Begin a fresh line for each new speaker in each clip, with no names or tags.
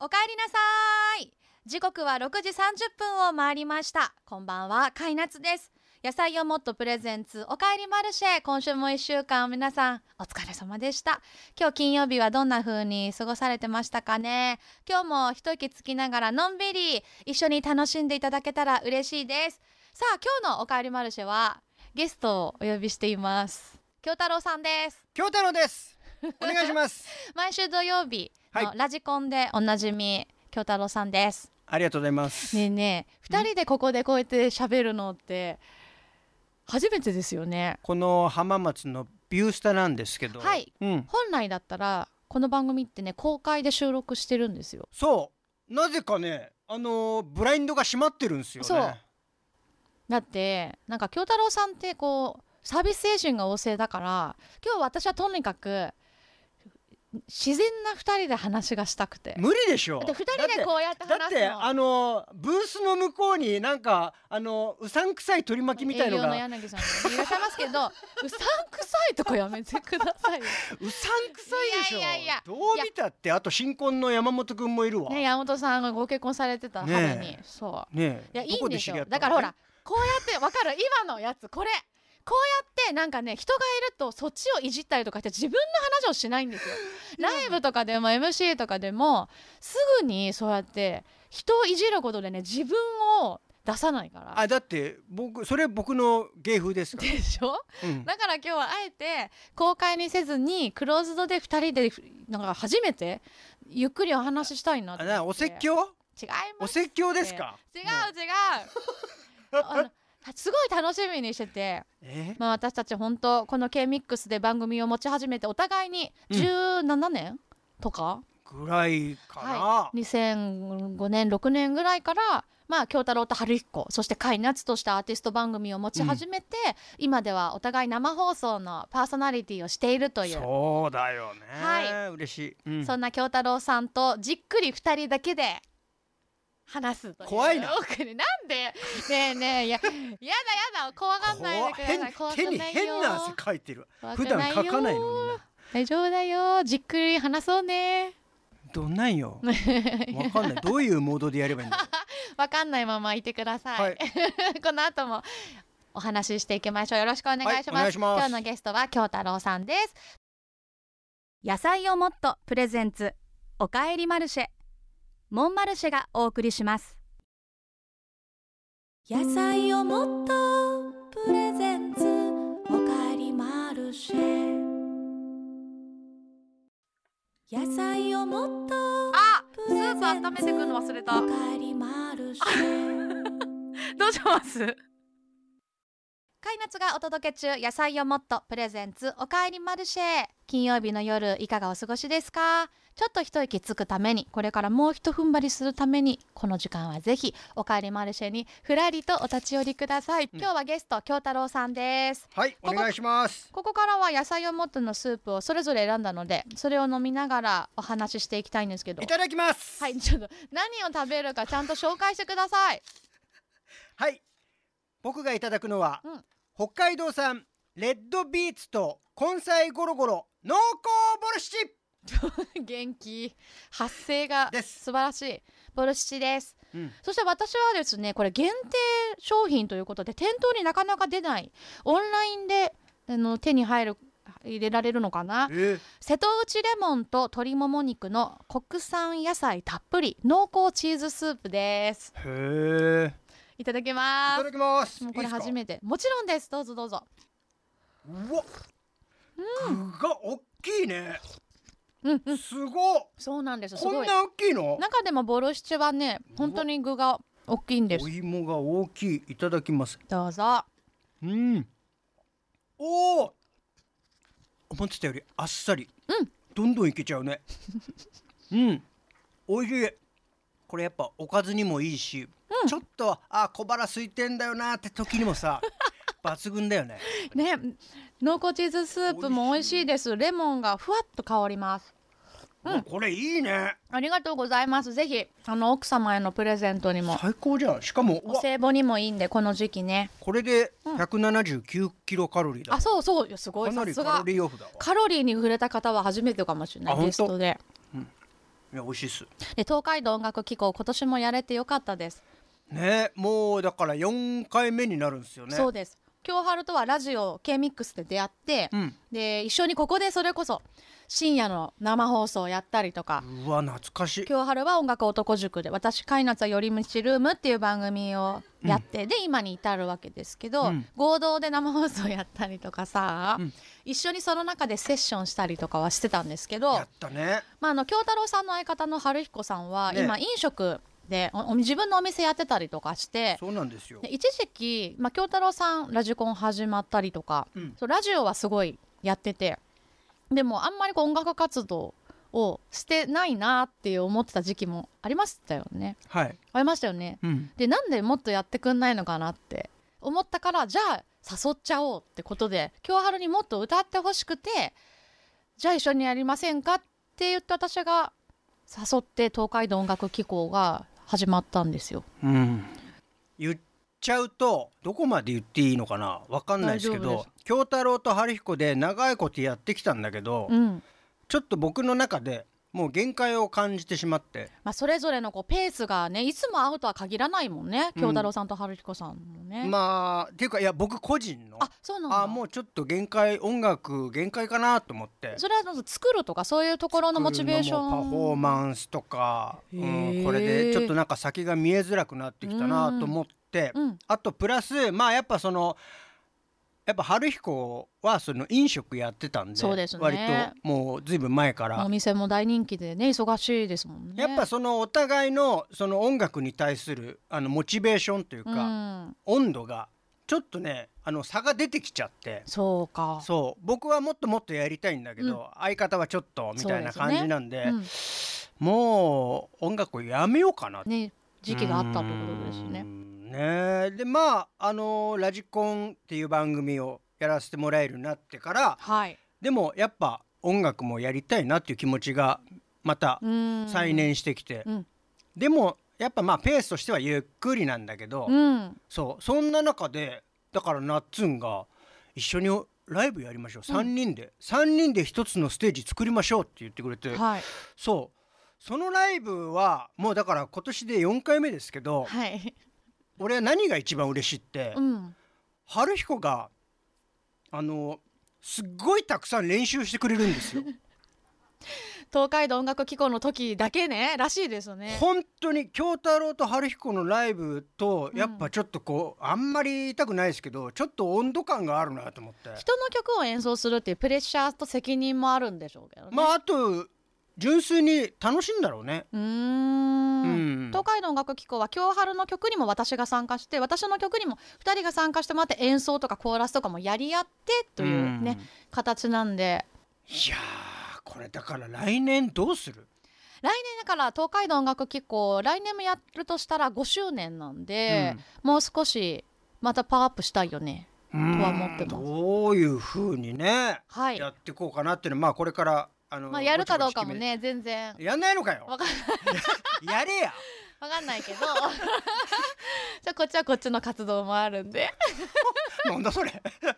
おかえりなさい時刻は6時30分を回りましたこんばんはかいなつです野菜をもっとプレゼンツおかえりマルシェ今週も1週間皆さんお疲れ様でした今日金曜日はどんな風に過ごされてましたかね今日も一息つきながらのんびり一緒に楽しんでいただけたら嬉しいですさあ今日のおかえりマルシェはゲストをお呼びしています京太郎さんです
京太郎です。お願いします。
毎週土曜日の
は
ラジコンでおなじみ京太郎さんです。
ありがとうございます。
ねえねえ、二人でここでこうやって喋るのって初めてですよね。
この浜松のビュースタなんですけど、
はい
うん、
本来だったらこの番組ってね公開で収録してるんですよ。
そう、なぜかね、あのーブラインドが閉まってるんですよね。
そうだってなんか京太郎さんってこうサービス精神が旺盛だから今日私はとにかく自然な二人で話がしたくて。
無理でしょ
だって二人でこうやって
だって
話
だ
すの
ってあのーブースの向こうになんかあのーうさんくさい取り巻きみたいの
営業の
が
柳さんもいらっしゃいますけどうさんくさいとかやめてくだ さいよ
うさんくさいでしょ
いやいやいや
どう見たってあと新婚の山本くんもいるわ
ね
ね
山本さんがご結婚されてた
ね
春
え
に、そ
え
ういやいい
どこ
んです
知
よ
り合った
だ
の
からほらこうやってわかる今のやつこれこうやってなんかね人がいるとそっちをいじったりとかして自分の話をしないんです よライブとかでも MC とかでもすぐにそうやって人をいじることでね自分を出さないから
あだって僕それ僕の芸風ですから、
でしょ
うん
だから今日はあえて公開にせずにクローズドで2人でなんか初めてゆっくりお話ししたいなと
あ
思って
なお説教
違い
お
ます
説教ですか
違う違うあのすごい楽しみにしてて、
え
まあ、私たち本当この k ミックスで番組を持ち始めてお互いに
うん
17年とか、
ぐらいかな、
はい、2005年6年ぐらいから、まあ、京太郎と春彦そして甲斐夏としたアーティスト番組を持ち始めて、今ではお互い生放送のパーソナリティをしているという
そうだよね、
は
嬉しい、うん
そんな京太郎さんとじっくり二人だけで話すという
怖いな
奥になんでねえねえいややだやだ怖がんないでください
怖
怖
っ
く
変手に
ないよ
変な汗かいてる
怖
普
くな
段
い
書かない
よ
のに
大丈夫だよじっくり話そうね
などんなんよわかん ないどういうモードでやればいいんだろ
わかんないままいてくだ
う
さい、 この後もお話ししていきましょうよろしくお願いします,、
はいお願いします
今日のゲストは京太郎さんです野菜をもっとプレゼンツおかえりマルシェモンマルシェがお送りします野菜をもっとプレゼンツおかえりマルシェ野菜をもっとあスープ温めてくるの忘れた どうしますカイナツがお届け中野菜をもっとプレゼンツおかえりマルシェ金曜日の夜いかがお過ごしですかちょっと一息つくためにこれからもう一踏ん張りするためにこの時間はぜひおかえりマルシェにふらりとお立ち寄りください、
うん
今日はゲスト京太郎さんです
はい
ここ
お願いします
ここからは野菜をもっとのスープをそれぞれ選んだのでそれを飲みながらお話ししていきたいんですけど
いただきます
はいちょっと何を食べるかちゃんと紹介してください
はい僕がいただくのは、
うん
北海道産レッドビーツと根菜ゴロゴロ濃厚ボルシチ
元気発声が
です
素晴らしいボルシチです
うん
そして私はですねこれ限定商品ということで店頭になかなか出ないオンラインであの手に入る入れられるのかな
え
瀬戸内レモンと鶏もも肉の国産野菜たっぷり濃厚チーズスープです
ー、へえ
いただき
い
ま
ただきます
すもうこれ
いいっすか
初めてもちろんですどうぞどうぞ
うわ、具が大きいね。
うんうん
すごっ。
そうなんですす
こ
ご
ん
い
な大きいの？
中でもボルシチはね本当に具が大きいんです
お芋が大きい。いただきます。
どうぞ
うん。おお。思ってたよりあっさり。
うん。
どんどんいけちゃう ね。うん。おいしい。これやっぱおかずにもいいし、ちょっとあ小腹空いてんだよなって時にも さ、抜群だよね。
ね、濃厚チーズスープも美味しいです。レモンがふわっと香ります。
うわこれいいね。
ありがとうございます。ぜひあの奥様へのプレゼントにも、
最高じゃん。しかもう
お
わ
歳暮にもいいんでこの時期ね。
これで179キロカロリーだ。
あ、そうそう、いやすご
か
い
な
さ
り
す
カロ
が。
リーオフだわ。
カロリーに触れた方は初めてかもしれな
あ
い
本当
ゲストで。
いや美味しいっす
で東海道音楽機構今年もやれてよかったです、
ねもうだから4回目になるんですよね
そうです京春とはラジオ K ミックスで出会って、
うん
で一緒にここでそれこそ深夜の生放送をやったりとか
うわ懐かしい
京春は音楽男塾で私カイナツは寄り道ルームっていう番組をやって、で今に至るわけですけど、
うん
合同で生放送やったりとかさ、
うん
一緒にその中でセッションしたりとかはしてたんですけど
やったね
まあ、あの京太郎さんの相方の春彦さんは、
ね
今飲食でおお自分のお店やってたりとかして
そうなんですよ
で一時期、まあ、京太郎さんラジコン始まったりとか、
うん
そうラジオはすごいやっててでもあんまりこう音楽活動をしてないなっていう思ってた時期もありましたよね
はい
ありましたよね
うん
でなんでもっとやってくんないのかなって思ったからじゃあ誘っちゃおうってことで京春にもっと歌ってほしくてじゃあ一緒にやりませんかって言って私が誘って東海道音楽機構が始まったんですよ。
うん言っちゃうとどこまで言っていいのかなわかんないですけ
大丈夫
ど京太郎と春彦で長いことやってきたんだけど、
うん
ちょっと僕の中でもう限界を感じてしまって
まあ、それぞれのこうペースがねいつも合うとは限らないもんね
うん
京太郎さんと春彦さんもね。
まあっていうかいや僕個人の
あそうなんだ
あもうちょっと限界音楽限界かなと思って
それはまず作るとかそういうところのモチベーション
作るのもパフォーマンスとか、う
へ
ん、
え
これでちょっとなんか先が見えづらくなってきたなと思って、
うん
あとプラスまあやっぱそのやっぱ春彦はその飲食やってたんで
そうですね
割ともうずいぶん前から
お店も大人気でね忙しいですもんね。
やっぱそのお互いのその音楽に対するあのモチベーションという
う
か、
ん、
温度がちょっとねあの差が出てきちゃって
そうか。
そう僕はもっともっとやりたいんだけど、
う
相方はちょっとみたいな
そう
感
ですね
じなんで
うん
もう音楽をやめようかなって
ね時期があったということです
うー
ね。
んねでまああのラジコンっていう番組をやらせてもらえるようになってから
はい。
でもやっぱ音楽もやりたいなっていう気持ちがまた
うーん
再。燃してきて、
うん
でもやっぱまあペースとしてはゆっくりなんだけど、
うん。
そうそんな中でだからなっつんが一緒にライブやりましょう3人で、3人で1つのステージ作りましょうって言ってくれて、
はい。
そうそのライブはもうだから今年で4回目ですけど、
はい。
俺は何が一番嬉しいって、
うん。
春彦があのすっごいたくさん練習してくれるんですよ。
東海道音楽機構の時だけねらしいですよね。
本当に京太郎と春彦のライブとやっぱちょっとこう、あんまり言いたくないですけどちょっと温度感があるなと思って
人の曲を演奏するっていうプレッシャーと責任もあるんでしょうけどね。
まああと純粋に楽しいんだろうね。
うー。
うんん
東海道音楽機構は京春の曲にも私が参加して私の曲にも2人が参加してもらって演奏とかコーラスとかもやり合ってというね、
ん
形なんで
いやーこれだから来年どうする、
来年だから東海道音楽機構来年もやるとしたら5周年なんで、もう少しまたパワーアップしたいよね
うん
とは思ってます
どういうふうにね、
はい
やっていこうかなっていうのはまあこれからあの、
まあやるかどうかも
ぼちぼち決め
ね全然
やんないのかよ
わかん
やれや
わかんないけど じゃあこっちはこっちの活動もあるんで
なんだそれ
ちなみに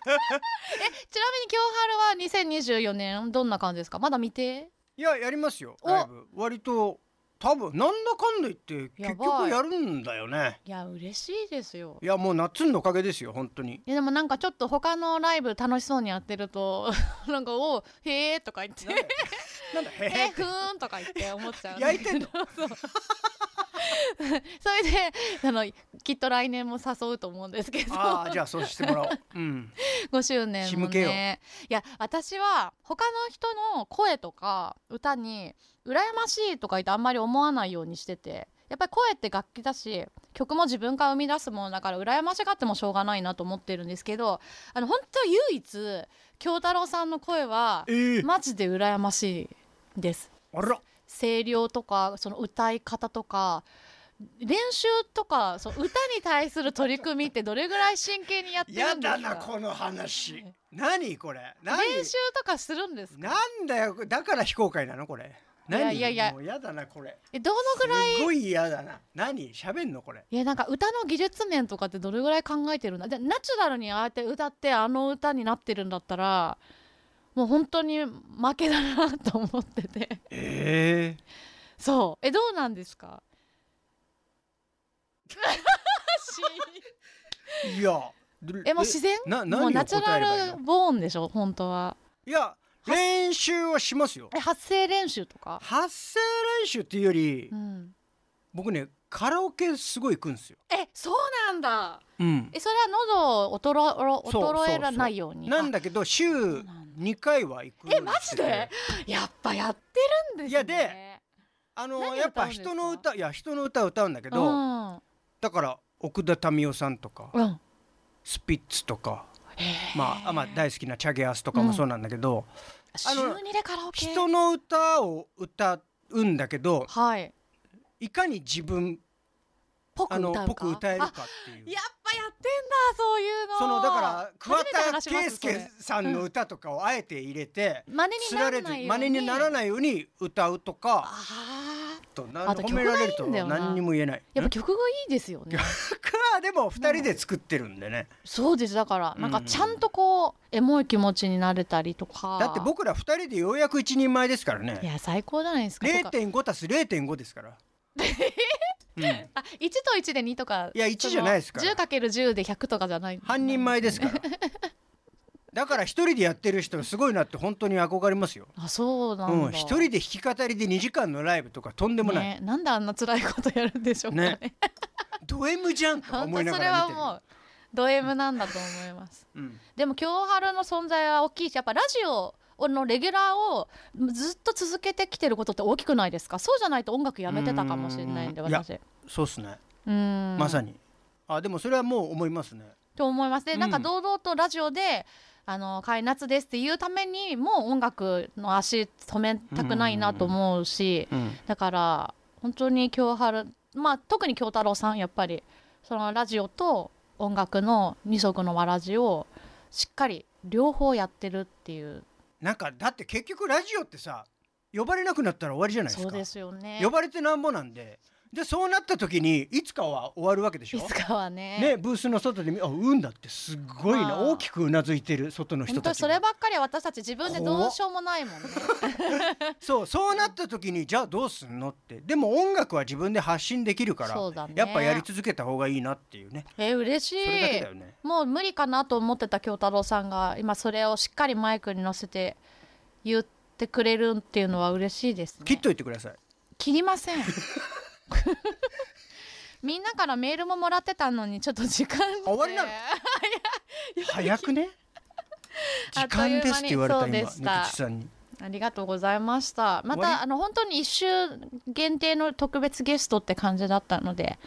京春は2024年どんな感じですかまだ未定
いややりますよ
お
ライブ割と多分なんだかんだ言って
や
結
ば
局
い
やるんだよね
いや嬉しいですよ
いやもう夏のおかげですよ本当に
いやでもなんかちょっと他のライブ楽しそうにやってると なんか「おうへえ」とか言って
なんだ
「え
へ
ふーん」とか言って思っちゃう
へ
んだ
焼
け
い
ど
てんの
それであのきっと来年も誘うと思うんですけど
ああじゃあそうしてもらおう うん
5周年
仕
も
向けよ
ねいや私は他の人の声とか歌に羨ましいとか言ってあんまり思わないようにしててやっぱり声って楽器だし曲も自分から生み出すものだから羨ましがってもしょうがないなと思ってるんですけどあの本当唯一京太郎さんの声は
ええ
マジで羨ましいです。
あら
声量とかその歌い方とか練習とかそう歌に対する取り組みってどれぐらい真剣にやってる
や
んですか
だなこの話何これ何
練習とかするんですか
なんだよだから非公開なのこれ何
いやいやいや
もうやだなこれ
えどのぐらい
すごい嫌だな何喋んのこれ
いやなんか歌の技術面とかってどれぐらい考えてるんだでナチュラルにああやって歌ってあの歌になってるんだったらもう本当に負けだなと思ってて
ええ
そうえどうなんです か
いや
えもう自然
な何
も
を
うナチュラ
答えればいい
ル
の
ボーンでしょ本当はい
や練習はしますよ
え発声練習とか、
発声練習っていうより
うん、
僕ねカラオケすごい行くんですよ、
えそうなんだ
うん、
えそれは喉を衰ろ
そうそうそう
衰えらないように
なんだけど週
あそうなんだ
2回は行く
えマジでやっぱやってるんですね
いやであ
何を歌
の
うん
やっぱ
ですか
人の歌いや人の歌を歌うんだけ
う
ど、
ん、うん
だから奥田民生さんとかスピッツとか、
へー
まああまあ大好きなチャゲアスとかもそうなんだけど、
週二でカラオケ
人の歌を歌うんだけど
はい
いかに自分
ぽく
あの
歌うか
僕歌えるか
あ
ってい
や
う
っぱやってんだそういうの
そのだから桑
初めて
田
話しま
佳
すそれ
祐さんの歌とかをあえて入れて、
真似
す
にな
ら
ら
れず
ないように
真似にならないように歌うとか
あー
と
あと
褒められる
曲がい
と
いんだよな
何にも言えない
やっぱ曲がいいですよね
曲はでも2人で作ってるんでね、
そうですだから
うん
なんかちゃんとこうエモい気持ちになれたりとか
だって僕ら2人でようやく一人前ですから
い
ね
や最高じゃないですかとか
0.5足す0.5で すから、うん、い
あ一と一で二とか
や1じゃないですから
十かける十で百とかじゃない
半人前 ですからだから1人でやってる人すごいなって本当に憧れますよ
あそうなんだ、
うん、1人で弾き語りで2時間のライブとかとんでもない、
ね、なんであんな辛いことやるんでしょうか ね
ド M じゃんとか
本
思
当
いな
そ
が
れ
ら
は
見て
もうド M なんだと思います
る、うん、
でも京春の存在は大きいしやっぱラジオのレギュラーをずっと続けてきてることって大きくないですかそうじゃないと音楽やめてたかもしれないんで
うーんいや
私う
そうっすね、
ーん
まさ
に
にあでもそれはもう思いますね
と思いますで
うん
なんか堂々とラジオで「あの開夏です」っていうためにもう音楽の足止めたくないなと思うし
うん
だから本当に京春まあ特に京太郎さんやっぱりそのラジオと音楽の二足のわらじをしっかり両方やってるっていう
なんかだって結局ラジオってさ呼ばれなくなったら終わりじゃないです
そ
か
うですよね
呼ばれてなんぼなんででそうなった時にいつかは終わるわけで
い
しょ
つかはね
ね、ブースの外で見あうんだってすごいな、
まあ
大きくうなずいてる外の人
本当
た
に
ち
そ
が
ればっかりは私たち自分でどうしようもない もんね
そうそうなった時にじゃあどうすんのってでも音楽は自分で発信できるから
そうだね
やっぱやり続けた方がいいなっていうね
え嬉し
それだけ
い
だよね
もう無理かなと思ってた京太郎さんが今それをしっかりマイクに乗せて言ってくれるっていうのは嬉しいですね
切っといてください
切りませんみんなからメールももらってたのにちょっと時間で
あ終わりなの早くね
あ
時間ですって言われ
あったという間
今
にそうでした
三口さんに
ありがとうございましたま
終わり
たあの本当に一週限定の特別ゲストって感じだったので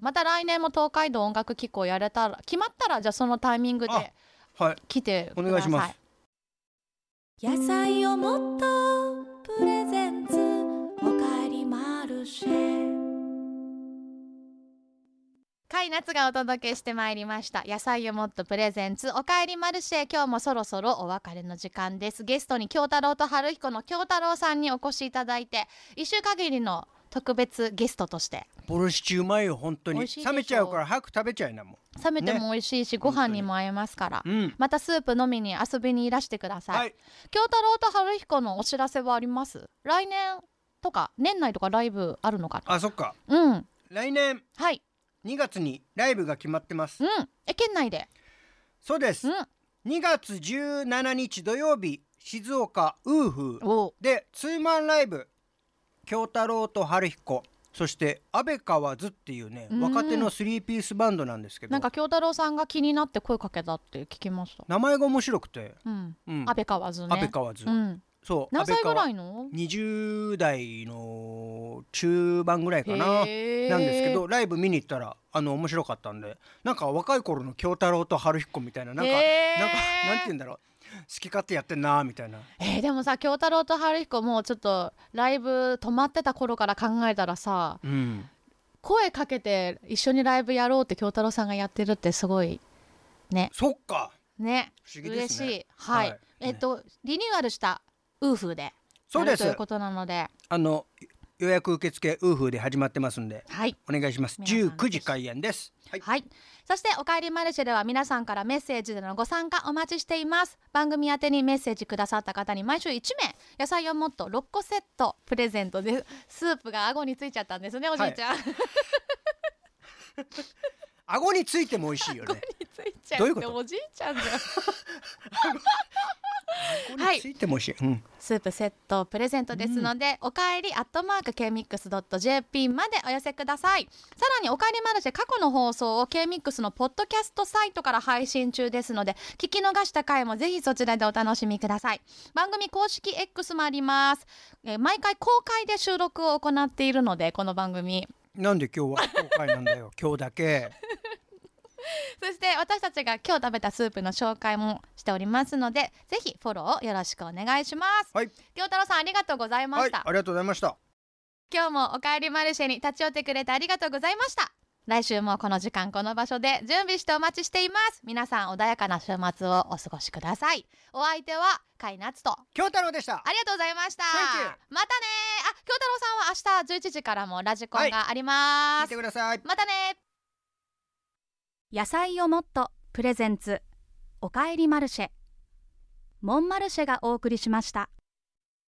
また来年も東海道音楽機構やれたら決まったらじゃあそのタイミングで
あはい
来てく
お
ださい
願いします
野菜をもっとプレゼンツおかえりマルシェ甲斐夏がお届けしてまいりました野菜をもっとプレゼンツおかえりマルシェ今日もそろそろお別れの時間ですゲストに京太郎と春彦の京太郎さんにお越しいただいて一週限りの特別ゲストとして
ボルシチうまいよ本当に
美味しいでしょ
冷めちゃうから早く食べちゃいなも
冷めても美味しいし、ご飯にも合いますから
う、うん、
またスープ飲みに遊びにいらしてください、
はい
京太郎と春彦のお知らせはあります来年とか年内とかライブあるのか
あそっか
なうん
来年
はい
2月にライブが決まってます、
うんえ県内で
そうです
うん
2月17日土曜日静岡ウーフー
お
でツーマンライブ京太郎と春彦そして安倍川津っていうね
うん
若手のスリーピースバンドなんですけど
なんか京太郎さんが気になって声かけたって聞きました
名前が面白くて、
うん
うん、
安倍川ずね
安倍川津、
うん
そう
何歳ぐら
い
いの
?20 代の中盤ぐらいかな
へー
なんですけどライブ見に行ったらあの面白かったんでなんか若い頃の京太郎と春彦みたいななんか、
へー
なんかなんて言うんだろう好き勝手やってんなーみたいな
えーでもさ京太郎と春彦もちょっとライブ止まってた頃から考えたらさ
うん
声かけて一緒にライブやろうって京太郎さんがやってるってすごい
そっか
ね
不思議ですね
嬉しいはい、
はい
えっとリニューアルしたウーフーで
そうで
やるという
す
ことなので
あの予約受付ウーフーで始まってますんで
はい
お願いします
皆さんぜひ
19時開演ですはい
はい。そして、おかえりマルシェでは皆さんからメッセージでのご参加お待ちしています。番組宛てにメッセージくださった方に毎週1名、野菜をもっと6個セットプレゼントです。スープが顎についちゃったんですね、おじいちゃん。
顎についても美味しいよね
に ついちゃ
どう
うっ
いうこ
て
と
おじいちゃんじゃん。
顎についても美味しい、うん
スープセットプレゼントですので、おかえりアットマーク KMIX.jp までお寄せくださいさらにおかえりマルシェ過去の放送を KMIX のポッドキャストサイトから配信中ですので聞き逃した回もぜひそちらでお楽しみください番組公式 X もあります、えー毎回公開で収録を行っているのでこの番組
なんで今日は公開なんだよ今日だけ
そして私たちが今日食べたスープの紹介もしておりますのでぜひフォローをよろしくお願いします、
はい
京太郎さんありがとうござい ま
は
し
い
た、
ありがとうございました
今日もおかえりマルシェに立ち寄ってくれてありがとうございました来週もこの時間この場所で準備してお待ちしています皆さん穏やかな週末をお過ごしくださいお相手は甲斐夏とあ
京太郎でした
りがとうございました
Thank you
またねあ京太郎さんは明日11時からもラジコンがありま
聞い
す、
てください
またね野菜をもっとプレゼンツおかえりマルシェモンマルシェがお送りしました